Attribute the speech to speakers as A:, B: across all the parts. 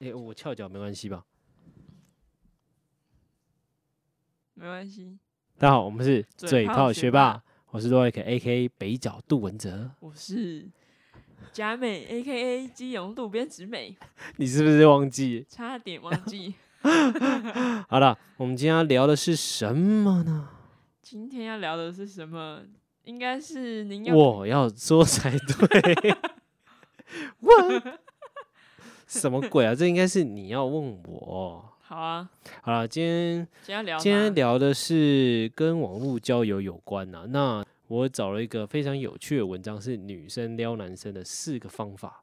A: 哎，我翘脚没关系吧？
B: 没关系。
A: 大家好，我们是
B: 嘴
A: 嘴
B: 炮
A: 炮
B: 学
A: 学
B: 霸
A: 霸，我是 Roy A K 北角杜文泽。
B: 我是 佳美 A K A 基隆渡边直美，
A: 你是不是忘记？
B: 差点忘记
A: 好了，我们今天要聊的是什么呢？
B: 今天要聊的是什么？应该是您要
A: 我要说才对。 我什么鬼啊？这应该是你要问我。
B: 好啊，
A: 好了，今天
B: 今天要聊
A: 今天
B: 聊
A: 聊的是跟网络交友有关呐、那我找了一个非常有趣的文章，是女生撩男生的四个方法。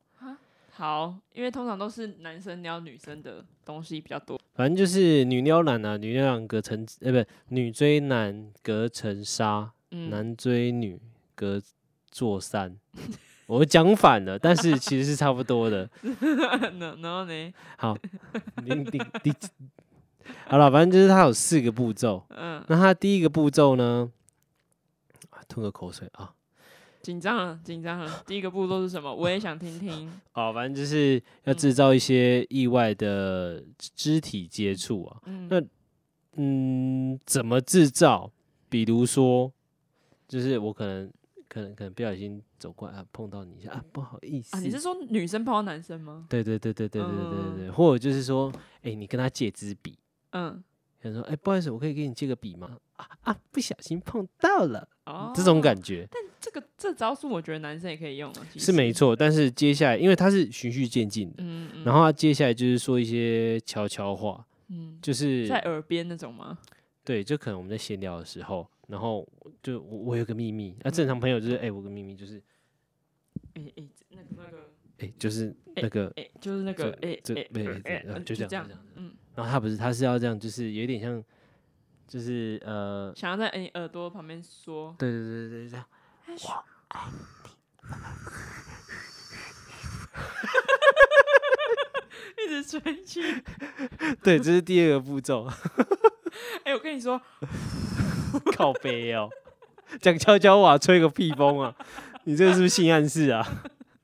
B: 好，因为通常都是男生聊女生的东西比较多。
A: 反正就是女撩男啊，女撩男隔层，呃，不，女追男隔层纱，
B: 嗯，
A: 男追女隔座山。 我讲反了，但是其实是差不多的。
B: 然然后呢？
A: 好，你你你，好了，反正就是它有四个步骤。
B: 嗯，
A: 那它第一个步骤呢，啊吞个口水啊。
B: 紧张了，紧张了。第一个步骤是什么？我也想听听。
A: 哦，反正就是要制造一些意外的肢体接触啊。
B: 嗯，
A: 那嗯，怎么制造？比如说，就是我可能可能可能不小心走过来、啊、碰到你一下啊，不好意思。
B: 啊，你是说女生碰到男生吗？
A: 对对对对对对对对对，
B: 嗯
A: 或者就是说，哎、你跟他借支笔，
B: 嗯，
A: 他说，哎、不好意思，我可以给你借个笔吗？啊啊，不小心碰到了，
B: 哦，
A: 这种感觉
B: 这个这招数，我觉得男生也可以用啊，其
A: 是没
B: 实。
A: 错。但是接下来，因为它是循序渐进的，
B: 嗯嗯，
A: 然后他接下来就是说一些悄悄话，
B: 嗯，
A: 就是
B: 在耳边那种吗？
A: 对，就可能我们在闲聊的时候，然后就我我有个秘密，那、正常朋友就是哎、我有个秘密就是
B: 哎哎、那个那个，
A: 哎、就是
B: 哎
A: 那个，
B: 哎、就是那个，哎
A: 这
B: 哎
A: 没
B: 哎
A: 这
B: 哎，
A: 呃
B: 哎
A: 就
B: 这
A: 这样
B: 样
A: 就这样，
B: 嗯，
A: 然后他不是他是要这样，就是有点像，就是呃，
B: 想要在你耳朵旁边说，
A: 对对对对对， 这样，
B: 一直吹气。
A: 对，这是第二个步骤，
B: 哎、我跟你说，
A: 靠背哦，讲悄悄话，吹个屁风啊， 你这个是不是性暗示啊？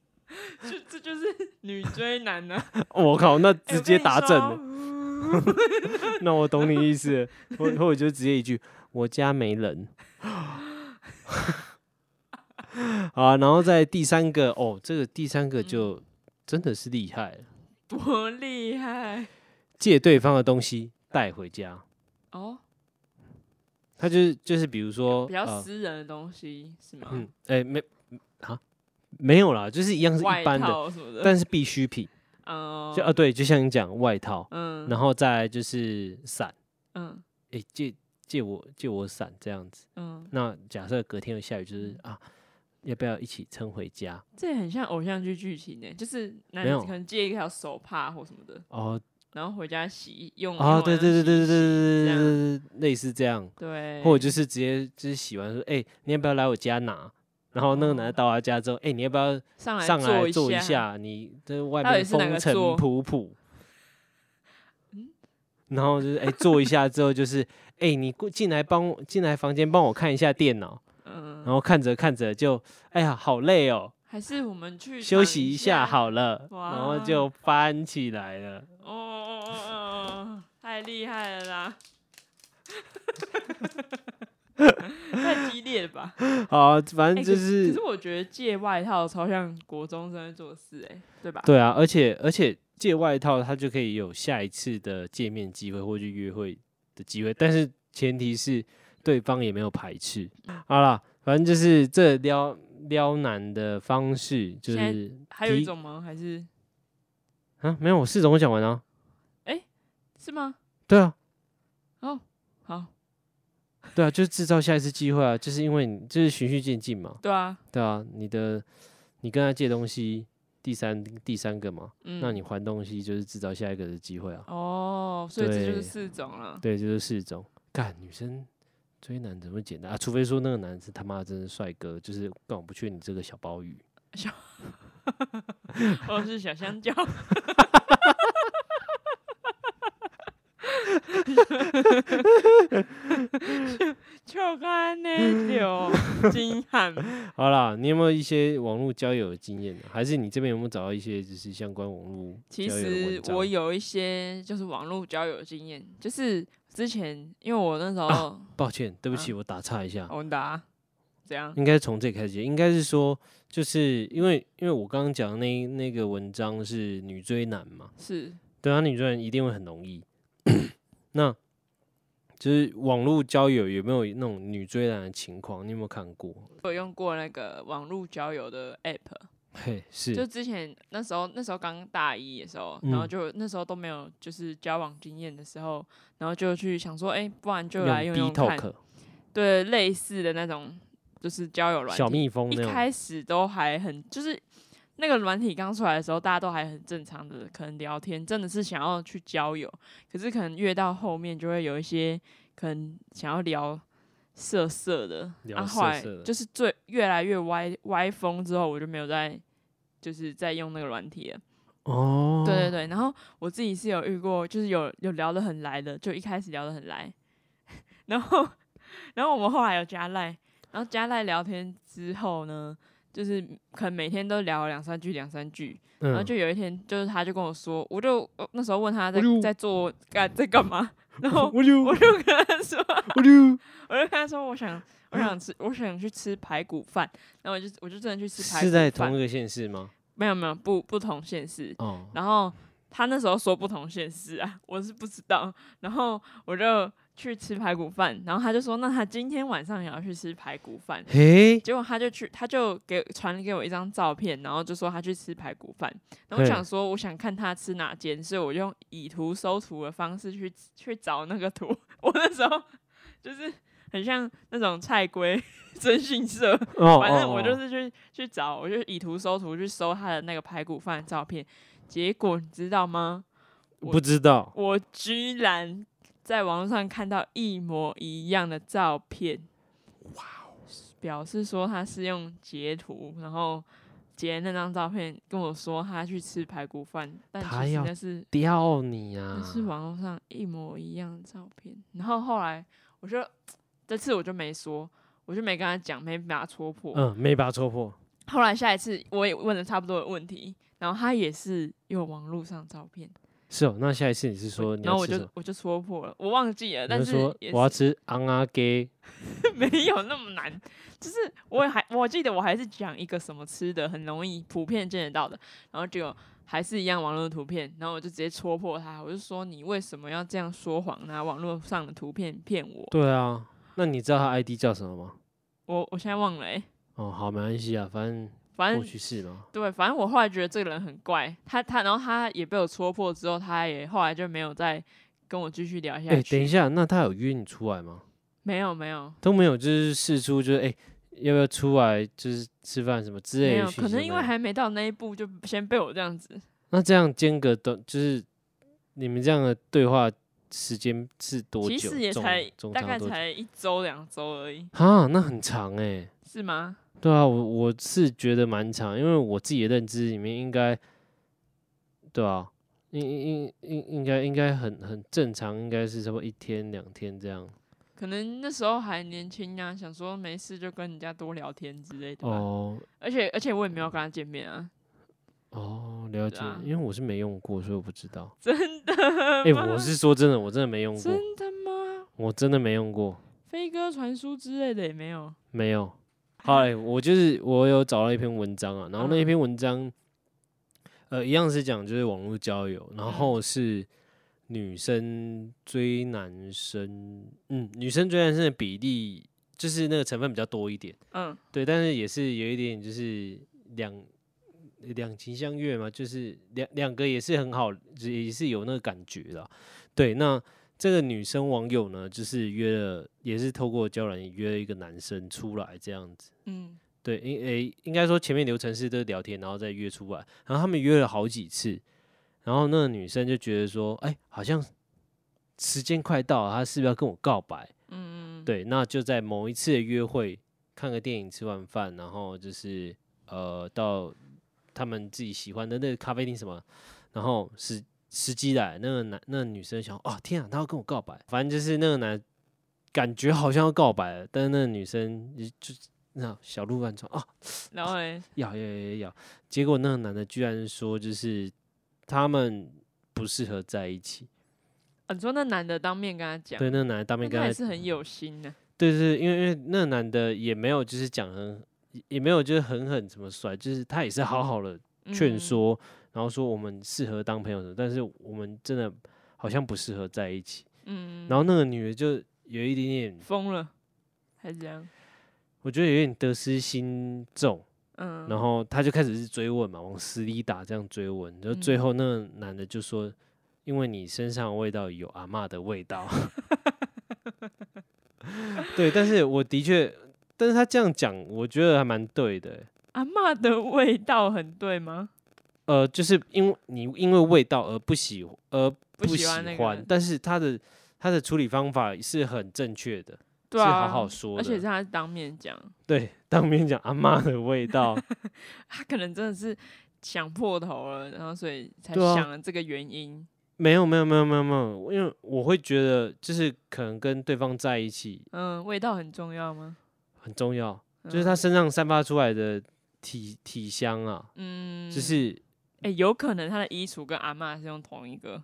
B: 就这就是 女追男呢、啊，
A: 我靠，那
B: 哎
A: 直接打正了。
B: 我跟你说
A: 那我懂你意思了，或或者就直接一句“我家没人”。 好啊，然后在第三个哦，这个第三个
B: 嗯
A: 就真的是厉害了，
B: 多厉害
A: 借对方的东西带回家。
B: 哦！
A: 他就是就是比如说
B: 比较
A: 呃
B: 私人的东西、是吗？
A: 嗯哎、没啊没有啦，就是一样是
B: 外
A: 一般的，
B: 套什么的，
A: 但是必需品
B: 嗯，
A: 就啊对，就像你讲外套，
B: 嗯，
A: 然后再来就是伞，
B: 嗯
A: 哎、借借我借我伞这样子。
B: 嗯，
A: 那假设隔天有下雨，就是啊，要不要一起撑回家？
B: 这很像偶像剧剧情呢、就是男
A: 没有
B: 可能借一条手帕或什么的，
A: 哦
B: 然后回家洗用
A: 啊，对对对对对对
B: 这
A: 对
B: 样
A: 对对，类似这样，
B: 对，
A: 或者就是直接就是洗完说，哎，你要不要来我家拿？然后那个男的
B: 哦
A: 到他家之后，哎，你要不要
B: 上来
A: 上来
B: 坐
A: 坐一
B: 一下，
A: 下？你这外
B: 到底
A: 面
B: 是哪
A: 风
B: 个嗯
A: 尘
B: 坐
A: 仆 仆。然后就是哎、坐一下之后就是哎、你过进来帮我进来房间帮我看一下电脑，然
B: 嗯，
A: 后看着看着就哎呀好累哦，
B: 还是我们去
A: 休
B: 躺
A: 息
B: 一
A: 一下好了，然后
B: 哇
A: 就翻起来了。
B: 哦哦哦哦哦， 太厉害了啦！ 太激烈了 吧？
A: 好啊，反正
B: 哎
A: 就
B: 可可
A: 是
B: 是我觉得借外套超像国中生在做的事、哎，对吧？
A: 对啊，而且而且借外套，他就可以有下一次的见面机会或者约会的机会，但是前提是对方也没有排斥。好啦，反正就是这撩撩男的方式就
B: 现在
A: 是
B: 还有
A: 第
B: 一
A: 一
B: 种吗？还是
A: 啊，没有，我四种我讲完啊。
B: 是吗？
A: 对啊，
B: 哦，好，
A: 对啊，就是制造下一次机会啊，就是因为你就是循序渐进嘛，
B: 对啊，
A: 对啊，你的你跟他借东西，第三第三个嘛，
B: 嗯，
A: 那你还东西就是制造下一个的机会啊。
B: 哦，所以这就
A: 对
B: 是四种了。
A: 对，就是四种。干女生追男怎么会简单啊？除非说那个男是他妈真的帅哥，就是干我不缺你这个小鲍鱼。
B: 哦，是小香蕉。就看那流金汉，
A: 好啦，你有没有一些网络交友的经验呢？啊还是你这边有没有找到一些就是相关网络交
B: 其
A: 友的
B: 实
A: 文章？
B: 我有一些就是网络交友经验，就是之前因为我那时候
A: 抱歉，对不
B: 啊
A: 起，我打岔一下，
B: 文达怎样，
A: 应该从这里开始接，应该是说，就是因为因为我刚刚讲的那那个文章是女追男嘛，
B: 是
A: 对啊，女追男一定会很容易。 那就是网络交友有没有那种女追男的情况？你有没有看过？
B: 我用过那个网络交友的 app，
A: 嘿，，
B: 就是之前那时候，那时候刚大一的时候，然后
A: 嗯
B: 就那时候都没有就是交往经验的时候，然后就去想说，哎、不然就
A: 用
B: 来用
A: B
B: 用看，
A: Talk
B: 对，类似的那种就是交友软
A: 小
B: 体。
A: 蜜蜂
B: 一
A: 那种，
B: 开始都还很就是那个软体刚出来的时候，大家都还很正常的可能聊天，真的是想要去交友，可是可能越到后面就会有一些可能想要聊。色色的，
A: 聊
B: 啊，
A: 色
B: 后来
A: 色的
B: 就是最越来越歪歪风之后，我就没有再就是再用那个软体了。
A: 哦，
B: 对对对，然后我自己是有遇过，就是有有聊得很来的，就一开始聊得很来， 然后然后我们后来有加赖，然后加赖聊天之后呢，就是可能每天都聊两三句两三句，然后
A: 嗯，
B: 就有一天就是他就跟我说，我就呃那时候问他在
A: 我就
B: 在做干在干嘛， 然后
A: 我就
B: 我就跟他说，
A: 我就
B: 我就跟他说我想我想吃我想去吃排骨饭，然后我就我就真的去吃排
A: 是
B: 骨
A: 在
B: 饭
A: 同一，个县市吗？
B: 没有没有不不同县市，
A: 哦，
B: 然后他那时候说不同县市啊， 我是不知道。然后我就去吃排骨饭，然后他就说，那他今天晚上也要去吃排骨饭。
A: 嘿，
B: 结果他就去，他就给传给我一张照片，然后就说他去吃排骨饭。然后我
A: 嘿
B: 想说，我想看他吃哪间，所以我用以图搜图的方式去去找那个图。 我那时候就是很像那种菜 龟征信社，
A: 哦，
B: 反正
A: 哦
B: 我
A: 哦
B: 就是去去找，我就以图搜图去搜他的那个排骨饭的照片，结果你知道吗？我
A: 不知道，
B: 我居然在网络上看到一模一样的照片，
A: 哦
B: 哇！表示说他是用截图，然后截那张照片跟我说他去吃排骨饭，但
A: 他
B: 其实
A: 要
B: 那是
A: 吊你啊
B: 那！是网络上一模一样的照片。然后后来我就这次我就没说，我就没跟他讲，没把他戳破。
A: 嗯，没把它戳破。
B: 后来下一次我也问了差不多的问题，然后他也是用网络上照片，
A: 是哦，那下一次你是说你
B: 然
A: 要
B: 后我
A: 吃什
B: 就
A: 么？
B: 我就戳破了，我忘记了，
A: 你
B: 但
A: 就是说
B: 也
A: 我要
B: 是
A: 吃昂阿给，
B: 没有那么难， 就是我还我记得我还是讲一个什么吃的，很容易普遍见得到的，然后结果还是一样网络的图片，然后我就直接戳破他，我就说你为什么要这样说谎，拿网络上的图片骗我？
A: 对啊，那你知道他 ID 叫什么吗？
B: 我我现在忘了哎、
A: 哦，好，没关系啊，反正
B: 反
A: 过
B: 正
A: 去式嘛。
B: 对，反正我后来觉得这个人很怪，他他，然后他也被我戳破之后，他也后来就没有再跟我继续聊下去。
A: 哎，等一下，那他有约你出来吗？
B: 没有没有
A: 都没有，就是试出就是哎，要不要出来就是吃饭什么之
B: 没
A: 类的
B: 有，
A: 讯息都没有。
B: 可能因为还没到那一步，就先被我这样子。
A: 那这样间隔短，就是你们这样的对话时间是多久？
B: 其实也
A: 总
B: 才
A: 总
B: 大
A: 长
B: 概
A: 多久
B: 才一周两周而已，
A: 哈，那很长哎。
B: 是吗？
A: 对啊，我我是觉得蛮长，因为我自己的认知里面应该，对啊，应应应应应该应该很很正常，应该是差不多一天两天这样。
B: 可能那时候还年轻啊，想说没事就跟人家多聊天之类的吧。
A: 哦
B: 而且而且我也没有跟他见面啊，
A: 哦，了
B: 对
A: 解
B: 啊，
A: 因为我是没用过，所以我不知道。
B: 真的
A: 哎、
B: 吗？
A: 我是说真的，我真的没用过，
B: 真的吗？
A: 我真的没用过，
B: 飞鸽传书之类的也没有。
A: 没有。好、欸，我就是我有找到一篇文章啊，然后那一
B: 嗯
A: 篇文章，呃，一样是讲就是网络交友，
B: 嗯
A: 然后是女生追男生，嗯，女生追男生的比例就是那个成分比较多一点，
B: 嗯，
A: 对，但是也是有一点就是两两情相悦嘛，就是两两个也是很好，也是有那个感觉啦。对，那这个女生网友呢，就是约了，也是透过交友软件约了一个男生出来这样子。
B: 嗯，
A: 对，应诶、应该说前面流程是都是聊天，然后再约出来，然后他们约了好几次，然后那个女生就觉得说，哎、好像时间快到了，她是不是要跟我告白？
B: 嗯，嗯，
A: 对，那就在某一次的约会，看个电影，吃完饭，然后就是呃，到他们自己喜欢的那个咖啡厅什么，然后时时机来，那个男那个女生想，哦天啊，他要跟我告白，反正就是那个男感觉好像要告白了，但是那个女生就就那小鹿乱撞啊，
B: 然后嘞，
A: 要要要要要，结果那个男的居然说就是他们不适合在一起，
B: 啊你说那男的当面跟他讲，
A: 对，那个男的当面
B: 那
A: 跟
B: 他
A: 他
B: 也是很有心呢、
A: 对对，因为因为那个男的也没有就是讲很，也也没有就是狠狠怎么甩，就是他也是好好的劝
B: 嗯，
A: 说，然后说我们适合当朋友的，但是我们真的好像不适合在一起。
B: 嗯，
A: 然后那个女的就有一点点，
B: 疯了，还是这样，
A: 我觉得有点得失心重，
B: 嗯，
A: 然后他就开始是追问嘛，往死里打这样追问，然后最
B: 嗯
A: 后那个男的就说，因为你身上的味道有阿嬷的味 道。对，但是我的确，但是他这样讲，我觉得还蛮对的欸、
B: 阿嬷的味道很对吗？
A: 呃，就是因为你因为味道而不喜而
B: 不喜
A: 喜
B: 欢那个人
A: 但是他的他的处理方法是很正确的，
B: 对
A: 是
B: 啊，
A: 好好说
B: 而且
A: 的
B: 是他当面讲，
A: 对，当面讲阿妈的味道，
B: 他可能真的是想破头了，然后所以才
A: 对啊
B: 想了这个原因。
A: 没有没有没有没有没有，因为我会觉得就是可能跟对方在一起
B: 嗯，味道很重要吗？嗯
A: 很重要，就是他身上散发出来的体体香啊，
B: 嗯，嗯，
A: 就是
B: 哎、有可能他的衣橱跟阿嬷是用同一个，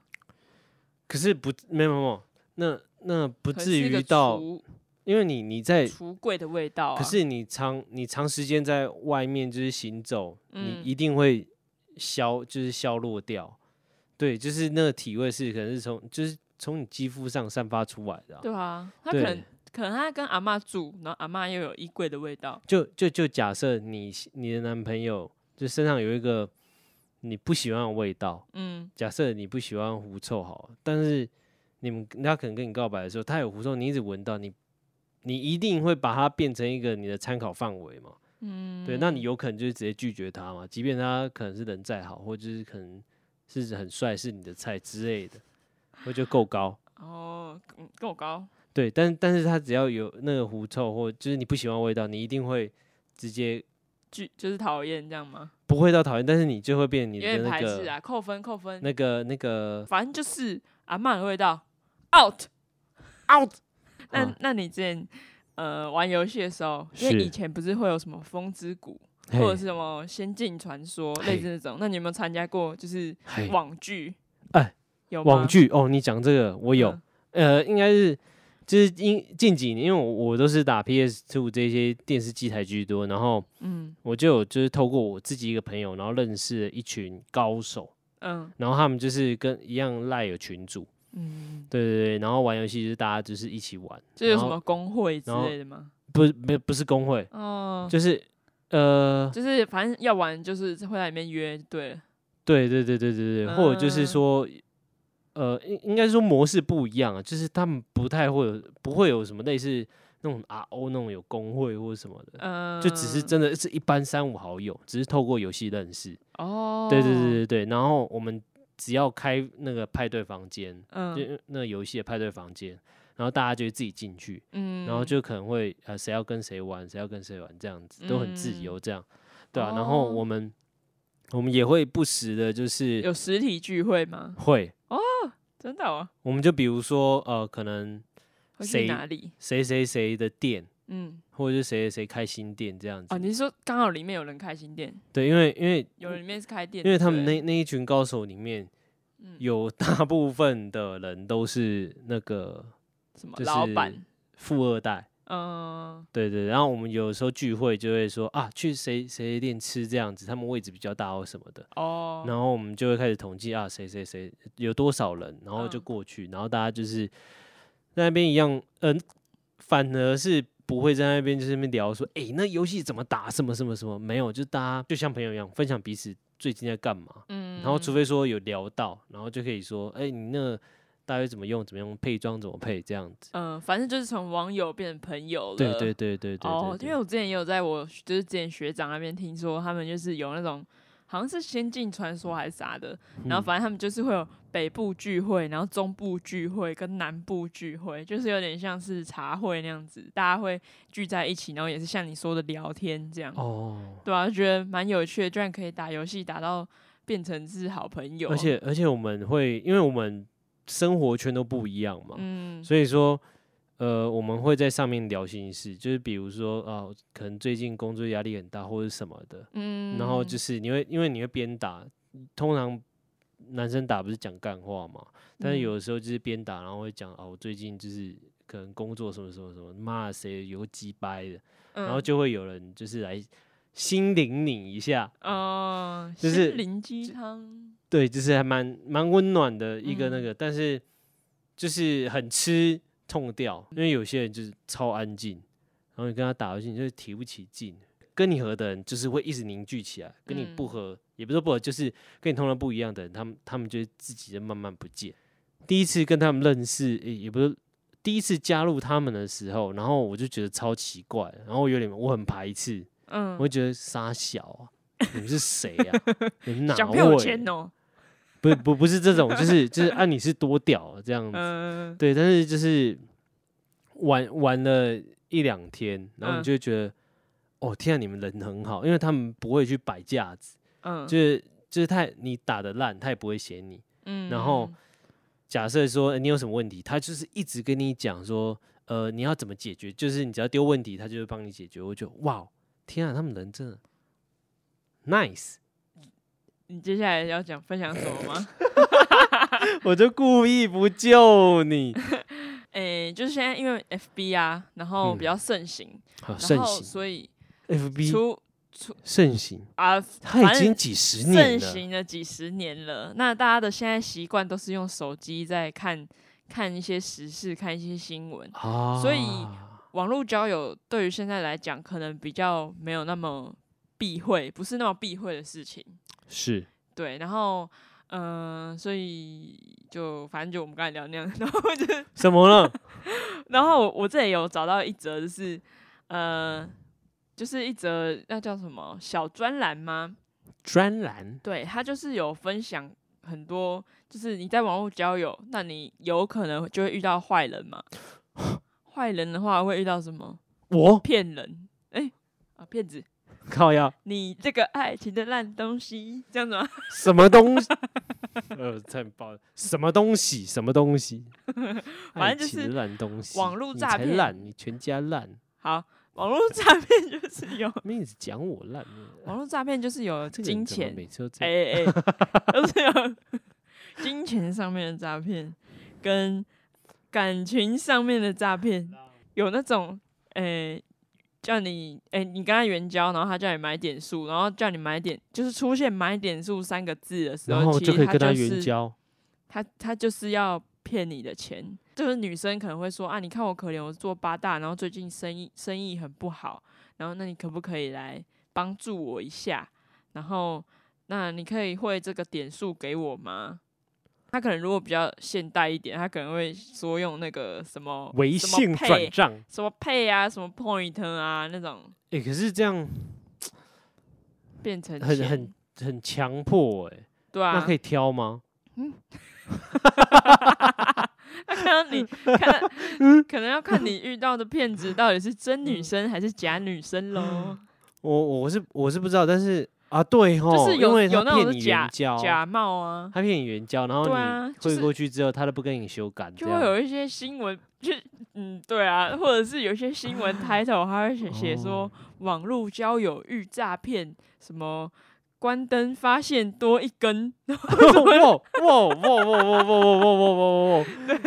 A: 可是不没有没有没有，那那不
B: 可能
A: 至
B: 是一个
A: 于到，
B: 橱
A: 因为你你在
B: 橱柜的味道、啊。
A: 可是你长你长时间在外面就是行走，
B: 嗯
A: 你一定会消就是消落掉，对，就是那个体味是可能是从就是从你肌肤上散发出来的啊、
B: 对啊，他可
A: 对
B: 能可能他跟阿嬷住，然后阿嬷又有衣柜的味道。
A: 就就就假设你你的男朋友就身上有一个你不喜欢的味道，
B: 嗯，
A: 假设你不喜欢狐臭好了，但是你们他可能跟你告白的时候，他有狐臭，你一直闻到你。你一定会把它变成一个你的参考范围嘛？
B: 嗯，
A: 对，那你有可能就是直接拒绝他嘛，即便他可能是人再好，或者是可能是很帅，是你的菜之类的，我觉得够高。
B: 哦，嗯跟我高，
A: 对，但但是他只要有那个狐臭或就是你不喜欢的味道，你一定会直接
B: 就就是讨厌这样吗？
A: 不会到讨厌，但是你就会变你
B: 有
A: 的
B: 点
A: 那
B: 排斥
A: 个、
B: 啊，扣分扣分，
A: 那个那个
B: 反正就是阿嬷的味道，out out 那。那
A: 啊
B: 你之前呃玩游戏的时候，因为
A: 是
B: 以前不是会有什么风之谷
A: 嘿
B: 或者是什么仙境传说
A: 嘿
B: 类似那种，那你有没有参加过就是
A: 嘿
B: 网剧？
A: 哎，
B: 有吗
A: 网剧哦，你讲这个我有，
B: 嗯
A: 呃，应该是就是因近几年，因为我我都是打 PS Two 这些电视机台居多，然后
B: 嗯
A: 我就有就是透过我自己一个朋友，然后认识了一群高手，
B: 嗯
A: 然后他们就是跟一样赖有群主，
B: 嗯，
A: 对对对，然后玩游戏就是大家就是一起玩，
B: 就有
A: 然
B: 什
A: 后
B: 么工会之
A: 然后
B: 类的吗？
A: 不是不不是工会，
B: 哦，
A: 就是呃，
B: 就是反正要玩，就是会在里面约，对了，
A: 对对对对对对，或者就是
B: 嗯
A: 说。呃，应应该说模式不一样啊，就是他们不太会有，不会有什么类似那种 RO 那种有工会或者什么的，
B: 嗯，
A: 就只是真的是一般三五好友，只是透过游戏认识。
B: 哦，
A: 对对对对对，然后我们只要开那个派对房间，就
B: 嗯
A: 那个游戏的派对房间，然后大家就会自己进去，
B: 嗯，
A: 然后就可能会呃谁要跟谁玩，谁要跟谁玩这样子，都很自
B: 嗯
A: 由这样，对啊，然后
B: 哦
A: 我们我们也会不时的，就是
B: 有实体聚会吗？
A: 会，
B: 真的哦，
A: 我们就比如说呃，可能
B: 会去
A: 谁
B: 哪里？
A: 谁谁谁的店，
B: 嗯，
A: 或者是谁谁谁开新店这样子
B: 哦，，你是说刚好里面有人开新店，
A: 对，因为因为
B: 有人里面是开店
A: 嗯
B: 的，
A: 因为他们
B: 对
A: 那那一群高手里面
B: 嗯，
A: 有大部分的人都是那个
B: 什么
A: 就是
B: 老板，
A: 富二代，
B: 嗯
A: 对对。然后我们有时候聚会就会说啊，去谁谁店吃这样子，他们位置比较大或什么的。
B: 哦，
A: 然后我们就会开始统计啊，谁谁谁有多少人，然后就
B: 嗯
A: 过去，然后大家就是在那边一样，嗯、反而是不会在那边就是那边聊说，哎、那游戏怎么打，什么什么什么，没有，就大家就像朋友一样分享彼此最近在干嘛，
B: 嗯，
A: 然后除非说有聊到，然后就可以说，哎、你那个大约怎么用，怎么用配装，怎么配这样子。
B: 嗯，反正就是从网友变成朋友了，
A: 对对对对对对
B: 哦，因为
A: 对
B: 我之前也有在我就是之前学长那边听说，他们就是有那种好像是《仙境传说》还是啥的，
A: 嗯
B: 然后反正他们就是会有北部聚会，然后中部聚会跟南部聚会，就是有点像是茶会那样子，大家会聚在一起，然后也是像你说的聊天这样，
A: 哦，
B: 对啊，就觉得蛮有趣的，居然可以打游戏打到变成是好朋友，
A: 而且而且我们会，因为我们生活圈都不一样嘛，
B: 嗯，
A: 所以说，呃，我们会在上面聊心事，就是比如说啊，可能最近工作压力很大或者什么的，
B: 嗯，
A: 然后就是你会因为你会边打，通常男生打不是讲干话嘛，但是
B: 嗯
A: 有的时候就是边打，然后会讲啊，我最近就是可能工作什么什么什么，骂谁有个鸡掰的，然后
B: 嗯
A: 就会有人就是来心灵你一下，
B: 哦，
A: 就
B: 心
A: 是
B: 灵鸡汤，
A: 对，就是还蛮蛮温暖的一个那
B: 嗯
A: 个，但是就是很吃痛调，因为有些人就是超安静，然后你跟他打游戏，你就是提不起劲。跟你合的人就是会一直凝聚起来，跟你不
B: 嗯
A: 合、也不是说不合，就是跟你通常不一样的人，他们他们就是自己就慢慢不见。第一次跟他们认识，也也不是第一次加入他们的时候，然后我就觉得超奇怪，然后有点我很排斥，
B: 嗯
A: 我，会觉得傻小啊，你们是谁啊？你们哪
B: 想
A: 位
B: 骗我钱哦，
A: 不不不是这种，就是就是按、啊、你是多屌啊这样子，
B: 嗯，
A: 对，但是就是玩玩了一两天，然后
B: 嗯
A: 你就会觉得，哦天啊，你们人很好，因为他们不会去摆架子，
B: 嗯，
A: 就是就是他你打的烂，他也不会嫌你。
B: 嗯，
A: 然后假设说、呃你有什么问题，他就是一直跟你讲说，呃，你要怎么解决，就是你只要丢问题，他就会帮你解决。我就哇，天啊，他们人真的 nice，
B: 你接下来要讲分享什么吗？
A: 我就故意不救你，
B: 诶，就是现在因为 FB 啊，然后比
A: 嗯
B: 较盛行，
A: 好
B: 然
A: 盛
B: 后
A: 行
B: 所以
A: FB
B: 出
A: 盛行，
B: 啊，
A: 它
B: 反
A: 已
B: 正
A: 经几十年
B: 盛
A: 了。
B: 行了几十年了。那大家的现在习惯都是用手机在看看一些时事，看一些新闻。
A: 啊
B: 所以网络交友对于现在来讲，可能比较没有那么避讳，不是那么避讳的事情。
A: 是
B: 对，然后嗯、呃所以就反正就我们刚才聊那样， 然后就是
A: 什么了？
B: 然后我我这里有找到一则，就是呃，就是一则那叫什么小专栏吗？
A: 专栏
B: 对，它就是有分享很多，就是你在网络交友，那你有可能就会遇到坏 人嘛。坏人的话会遇到什么？
A: 我
B: 骗人，哎、啊，骗子，
A: 靠呀，
B: 你这个爱情的烂东西，这样子吗？
A: 什么东西？ 呃，太爆了！什么东西？什么东西？
B: 反正就是
A: 爱情烂东西，
B: 网络
A: 你
B: 诈
A: 才
B: 骗
A: 烂，你全家烂，
B: 好，网络诈骗就 是有，
A: 妹子讲我烂，
B: 网络诈骗就是有
A: 这个人
B: 金
A: 怎么
B: 钱，
A: 每次都这
B: 哎
A: 样。
B: 哎， 哎就是有金钱上面的诈骗，跟感情上面的诈骗，有那种哎、叫你哎、你跟他援交，然后他叫你买点数，然后叫你买点，就是出现“买点数”三个字的时候，
A: 然后
B: 其
A: 就
B: 实
A: 可以
B: 他
A: 跟他
B: 就
A: 援
B: 是
A: 交，
B: 他他就是要骗你的钱。就是女生可能会说啊，你看我可怜，我做八大，然后最近生意生意很不好，然后那你可不可以来帮助我一下？然后那你可以汇这个点数给我吗？他可能如果比较现代一点，他可能会说用那个什么
A: 微
B: 什么
A: 信转
B: Pay-
A: 账。
B: 什么配啊，什么 point 啊那种
A: 哎，可是这样
B: 变成
A: 很
B: 钱
A: 很很强迫哎，
B: 对啊，
A: 那可以挑吗？
B: 那看到 你，看到可能要看你遇到的骗子到底是真女生还是假女生喽。
A: 我我是我是不知道，但是啊，对吼，
B: 就是有
A: 因为
B: 有
A: 他
B: 那种
A: 骗
B: 是
A: 你
B: 假
A: 援交，
B: 假冒啊，
A: 他骗你援交，然后
B: 对啊
A: 你
B: 就
A: 汇
B: 是
A: 过去之后，他都不跟你修改，这
B: 就会
A: 样
B: 有一些新闻，就嗯，对啊，或者是有一些新闻
A: 啊
B: title，他会写写
A: 哦
B: 说网络交友遇诈骗，什么关灯发现多一根，
A: 哇 哇哇哇哇哇哇哇哇哇！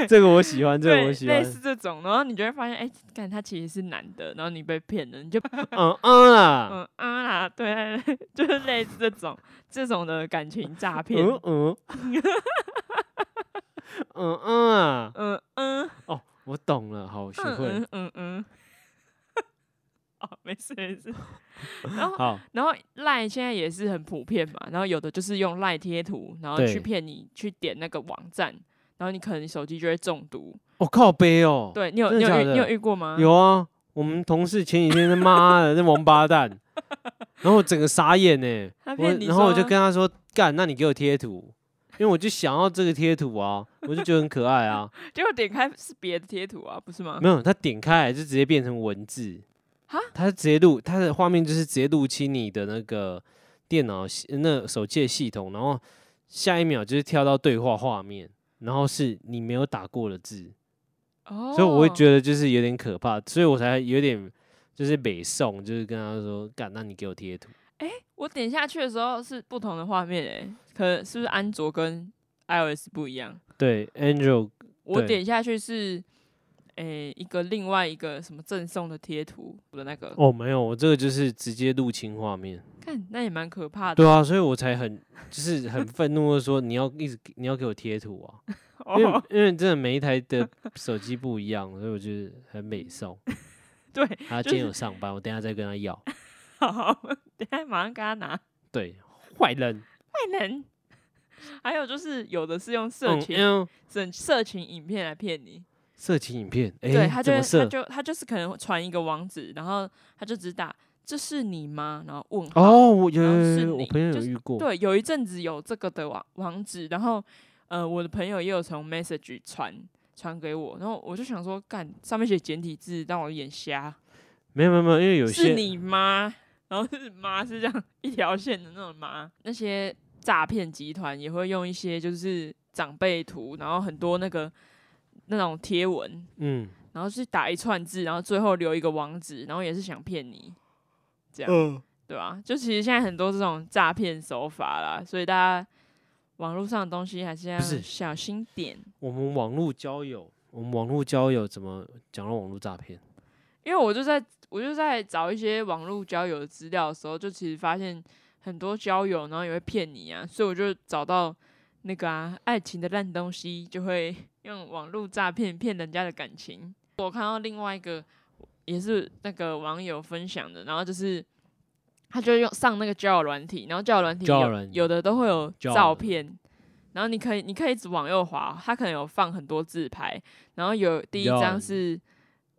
A: 这个我喜欢，这个我
B: 对，
A: 喜
B: 类
A: 欢。
B: 似这种，然后你就会发现，哎、看他其实是男的，然后你被骗了，你 就
A: 嗯嗯啊，
B: 嗯啊啦，对， 就是类似这种这种的感情诈骗。
A: 嗯嗯， 嗯嗯啊，
B: 嗯嗯
A: 哦，我懂了，好，我学
B: 嗯
A: 会了
B: 嗯，嗯嗯， 哦，没事没事。 然后
A: 好，
B: 然后赖现在也是很普遍嘛，然后有的就是用赖贴图，然后
A: 对
B: 去骗你去点那个网站，然后你可能手机就会中毒。
A: 我靠背哦，
B: 对你有
A: 真
B: 你
A: 的
B: 有遇
A: 假的
B: 你有遇过吗？
A: 有啊，我们同事前几天他妈的那王八 蛋，然后我整个傻眼呢，
B: 他
A: 我
B: 骗你
A: 然后我就
B: 说啊
A: 跟他说，干，那你给我贴图，因为我就想要这个贴图啊，我就觉得很可爱 啊。
B: 结果点开是别的贴图啊，不是吗？
A: 没有，它点开来就直接变成文字
B: 哈，
A: 它直接录，它的画面就是直接入侵你的那个电脑系那手机的系统，然后下一秒就是跳到对话画面，然后是你没有打过的字，
B: 哦，
A: 所以我会觉得就是有点可怕，所以我才有点就是北宋，就是跟他说，干，那你给我贴图。
B: 我点下去的时候是不同的画面诶、可是不是安卓跟 iOS 不一样？
A: 对，Angel
B: 我
A: 对
B: 点下去是诶、一个另外一个什么赠送的贴图的那个，
A: 哦，没有，我这个就是直接入侵画面。
B: 看那也蛮可怕的。
A: 对啊，所以我才很就是很愤怒的说，你要一直你要给我贴图啊，因为
B: 哦，
A: 因为真的每一台的手机不一样，所以我就是很美 送。
B: 对，
A: 他今天有上班，我等一下再跟他要。
B: 好， 等一下马上给他拿。
A: 对，嗯坏人，
B: 太能。 还有就是有的是用色
A: 嗯，
B: 情、
A: 嗯
B: 整色情影片来骗你，
A: 色情影片，哎、
B: 对，他
A: 怎
B: 就
A: 么
B: 他
A: 色？
B: 就他就是可能传一个网址，然后他就只打这是你吗？然后问号。
A: 哦，我有
B: 然后
A: 有
B: 是
A: 有，我
B: 你
A: 朋友
B: 就
A: 有
B: 是
A: 遇过，
B: 对，有一阵子有这个的网网址，然后呃，我的朋友也有从 message 传传给我，然后我就想说，干上面写简体字，让我眼瞎，
A: 没有没有没有，因为有
B: 是
A: 些
B: 你妈，然后是妈是这样一条线的那种妈，那些诈骗集团也会用一些就是长辈图，然后很多那个那种贴文，
A: 嗯
B: 然后去打一串字，然后最后留一个网址，然后也是想骗你，这样。
A: 嗯，
B: 对吧？就其实现在很多这种诈骗手法啦，所以大家网络上的东西还是要
A: 不是
B: 小心点。
A: 我们网络交友，我们网络交友怎么讲到网络诈骗？
B: 因为我就在我就在找一些网络交友的资料的时候，就其实发现很多交友，然后也会骗你啊，所以我就找到那个啊，爱情的烂东西，就会 用网络诈骗骗人家的感情。我看到另外一个也是那个网友分享的，然后就是。他就用上那个交友软体，然后交友软体
A: 交友
B: 有
A: 软体
B: 有的都会有
A: 交友
B: 照
A: 软体
B: 片，然后你可以你可以一直往右滑，他可能有放很多自拍，然后有第一
A: 交友
B: 张
A: 软
B: 是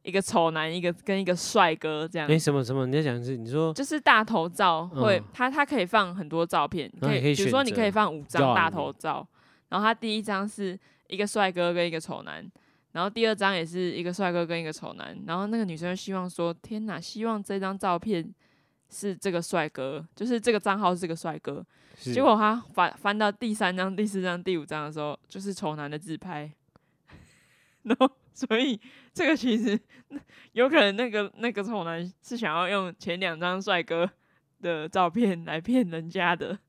B: 一个丑男，一个跟一个帅哥这样
A: 哎、，什么什么？你在讲的是你说
B: 就是大头照会，
A: 嗯
B: 他他可以放很多照片，
A: 然后你可以
B: 比如说你
A: 选
B: 可以
A: 择
B: 放五
A: 要
B: 张
A: 啊
B: 大
A: 你
B: 头照，然后他第一张是一个帅哥跟一个丑男，然后第二张也是一个帅哥跟一个丑男，然后那个女生就希望说，天哪，希望这张照片是这个帅哥，就是这个账号是个帅哥，
A: 是
B: 结果他翻翻到第三张、第四张、第五张的时候，就是丑男的自拍， 然后所以这个其实有可能那个那个丑男是想要用前两张帅哥的照片来骗人家的，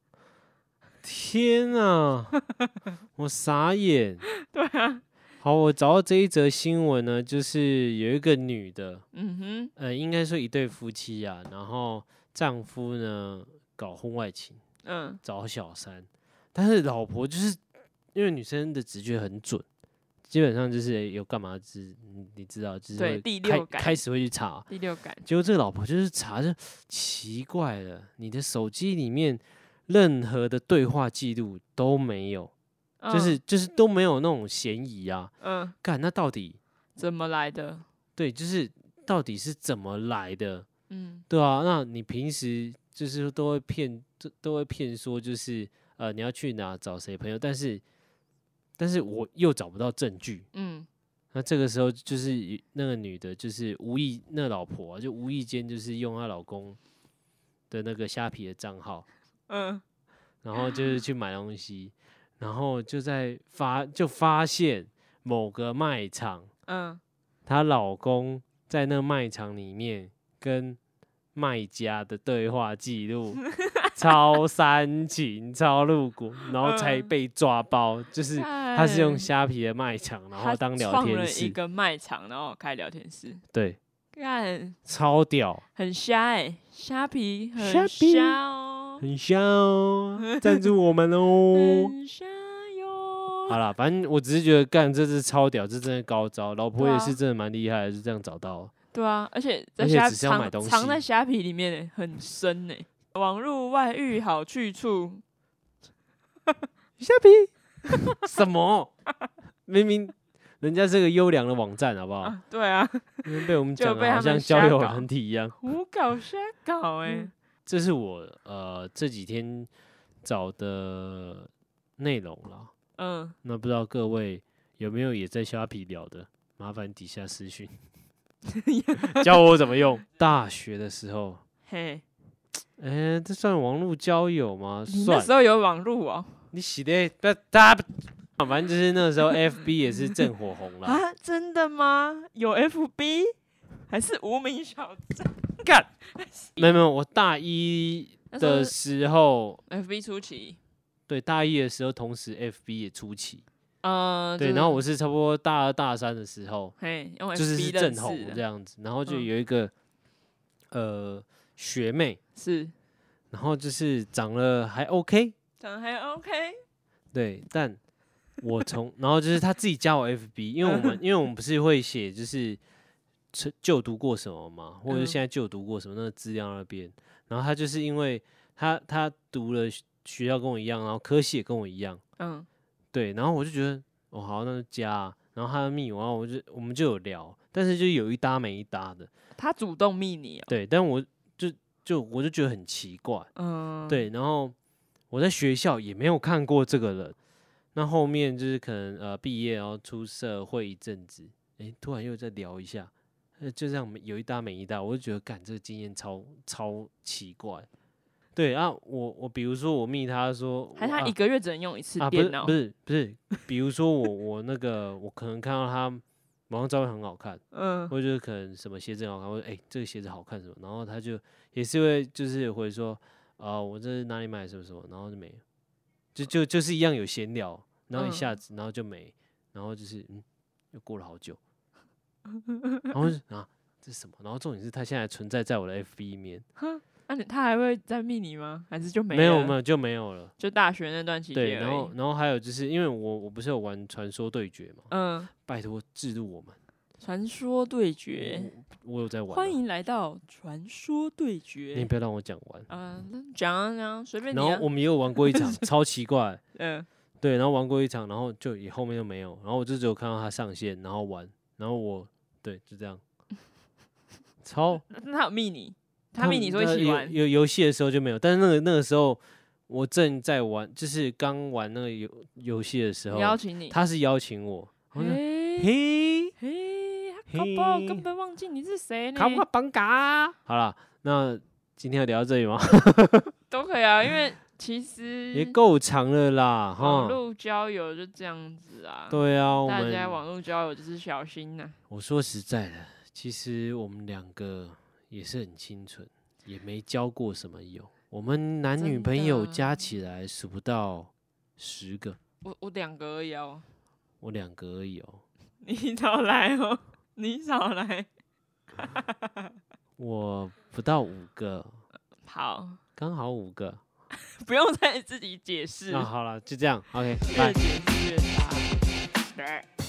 A: 天啊，我傻眼。
B: 对啊，
A: 好，我找到这一则新闻呢，就是有一个女的，
B: 嗯
A: 呃，应该说一对夫妻啊，然后丈夫呢搞婚外情，
B: 哼，嗯，
A: 找小三，但是老婆就是因为女生的直觉很准，基本上就是诶有干嘛知你你知道，就是
B: 对
A: 会
B: 第
A: 开
B: 六感
A: 开始会去查，
B: 第六感，
A: 结果这个老婆就是查着奇怪了，你的手机里面任何的对话记录都没有，
B: 嗯
A: 就是就是都没有那种嫌疑啊，
B: 嗯，
A: 干那到底？
B: 怎么来的？
A: 对，就是到底是怎么来的？
B: 嗯
A: 对啊，那你平时就是都会骗，都都会骗说就是呃你要去哪找谁朋友，但是但是我又找不到证据。
B: 嗯，
A: 那这个时候就是一那个女的，就是无意那老婆啊、就无意间就是用她老公的那个虾皮的账号，
B: 嗯，
A: 然后就是去买东西，然后就在发就发现某个卖场
B: 嗯，
A: 她老公在那卖场里面跟卖家的对话记 录，超煽情、超露骨，然后才
B: 嗯
A: 被抓包。就是他是用
B: 看
A: 虾皮的卖场，然后
B: 哎他
A: 当聊
B: 创
A: 天
B: 了一
A: 室，
B: 个卖场，然后开聊天室，
A: 对，
B: 干
A: 超屌，
B: 很瞎哎、虾皮
A: 虾
B: 很
A: 皮
B: 瞎哦，
A: 很香哦，赞助我们哦。
B: 很瞎哟。
A: 好啦，反正我只是觉得干这是超屌，这真的高招，老婆
B: 对
A: 也
B: 啊
A: 是真的蛮厉害的，是这样找到。
B: 对啊，而且在
A: 而且
B: 虾
A: 只是要买
B: 藏
A: 东西
B: 藏在虾皮里面、欸、很深呢、网络外遇好去处，
A: 虾皮什么？明明人家是个优良的网站，好不好？
B: 啊对啊，
A: 因为被我们
B: 就
A: 讲
B: 被
A: 的好
B: 他们
A: 像
B: 瞎
A: 交友
B: 搞
A: 软体一样。
B: 胡搞瞎搞哎、
A: 嗯这是我呃这几天找的内容啦。
B: 嗯，
A: 那不知道各位有没有也在虾皮聊的？麻烦底下 私讯，教我怎么用。大学的时候
B: 嘿，
A: 哎、这算网络交友吗？
B: 你那
A: 算
B: 时。候有网路哦？
A: 你洗的不大，反正就是那个时候 FB 也是正火红啦。
B: 啊，真的吗？有 FB 还是无名小站？
A: 干，没有没有，我大一
B: 那时候
A: 的
B: 是
A: 时候，
B: FB 初期，
A: 对大一的时候，同时 FB 也初期，
B: 呃，
A: 对，
B: 就是
A: 然后我是差不多大二大三的时候，
B: 嘿，用 FB
A: 就是是
B: 认
A: 正
B: 识
A: 红这
B: 的，
A: 样子，然后就
B: 嗯
A: 有一个呃学妹，
B: 是
A: 然后就是长得还 OK，
B: 长得还 OK，
A: 对，但我从 然后就是她自己加我 FB，因为我 们因为我们不是会写就是是就读过什么嘛，或者
B: 嗯
A: 现在就读过什么那个资料那边，然后她就是因为她她读了学学校跟我一样，然后科系也跟我一样，
B: 嗯
A: 对，然后我就觉得哦好，那就加啊、然后她密我，然后我就我们就有聊，但是就有一搭没一搭的，
B: 他主动密你哦，
A: 对，但我就就我就觉得很奇怪。
B: 嗯，，
A: 对，然后我在学校也没有看过这个人。那后面就是可能呃毕业，然后出社会一阵子，诶，突然又再聊一下，呃，就这样没有一搭没一搭，我就觉得干这个经验超超奇怪。对啊，我我比如说我密他说，
B: 还
A: 我
B: 是他
A: 啊
B: 一个月只能用一次
A: 啊不
B: 电
A: 是
B: 脑
A: 不，是不是，比如说我我那个我可能看到他网上照片很好看，
B: 嗯，
A: 或者就是可能什么鞋子很好看，或者哎、这个鞋子好看什么，然后他就也是会就是会说，啊、我这是哪里买的什么什么，然后就没了，就就就是一样有闲聊，然后一
B: 嗯
A: 下子然后就没，然后就是嗯，又过了好久，然后我就啊这是什么？然后重点是他现在存在在我的 FB 里面，
B: 那、你他还会再密你吗？还是就没
A: 没有
B: 了
A: 没有就没有了。
B: 就大学那段期间而已，
A: 对，然后然后还有就是因为我我不是有玩传说对决嘛，
B: 嗯，
A: 拜托制度我们，
B: 传说对决，
A: 我有在玩啊、
B: 欢迎来到传说对决。
A: 你不要让我讲完。
B: 嗯，那讲啊讲啊，随便你、
A: 然
B: 啊。
A: 后我们也有玩过一 场，超奇怪。
B: 嗯，
A: 对，然后玩过一场，然后就也后面就没有，然后我就只有看到他上线，然后玩，然后我对就 这样，超
B: 那那他有密你，他密你说一
A: 那
B: 起
A: 有
B: 玩，
A: 呃有游戏的时候就没有，但是那个那个时候我正在玩，就是刚玩那个游游戏的时候，
B: 邀请你。
A: 他是邀请我，我就嘿，
B: 嘿嘿，他搞不好
A: 嘿
B: 根本忘记你是谁呢
A: 卡，不卡绑嘎？好啦，那今天要聊到这里吗？
B: 都可以啊，因为其实
A: 也够长了啦，
B: 网
A: 哈。
B: 络交友就这样子啊。
A: 对啊，我
B: 大
A: 们
B: 家网络交友就是小心呐、
A: 我说实在的，其实我们两个也是很清纯，也没交过什么友。我们男女
B: 真
A: 朋友
B: 的啊
A: 加起来数不到十个，
B: 我我两个而已哦，
A: 我两个而已哦。
B: 你少来哦， 你少来。
A: 我不到五个，
B: 好，
A: 刚好五个。
B: 不用再自己解释
A: 啊那，好了，就这样。OK，拜
B: 越。解释越大。对。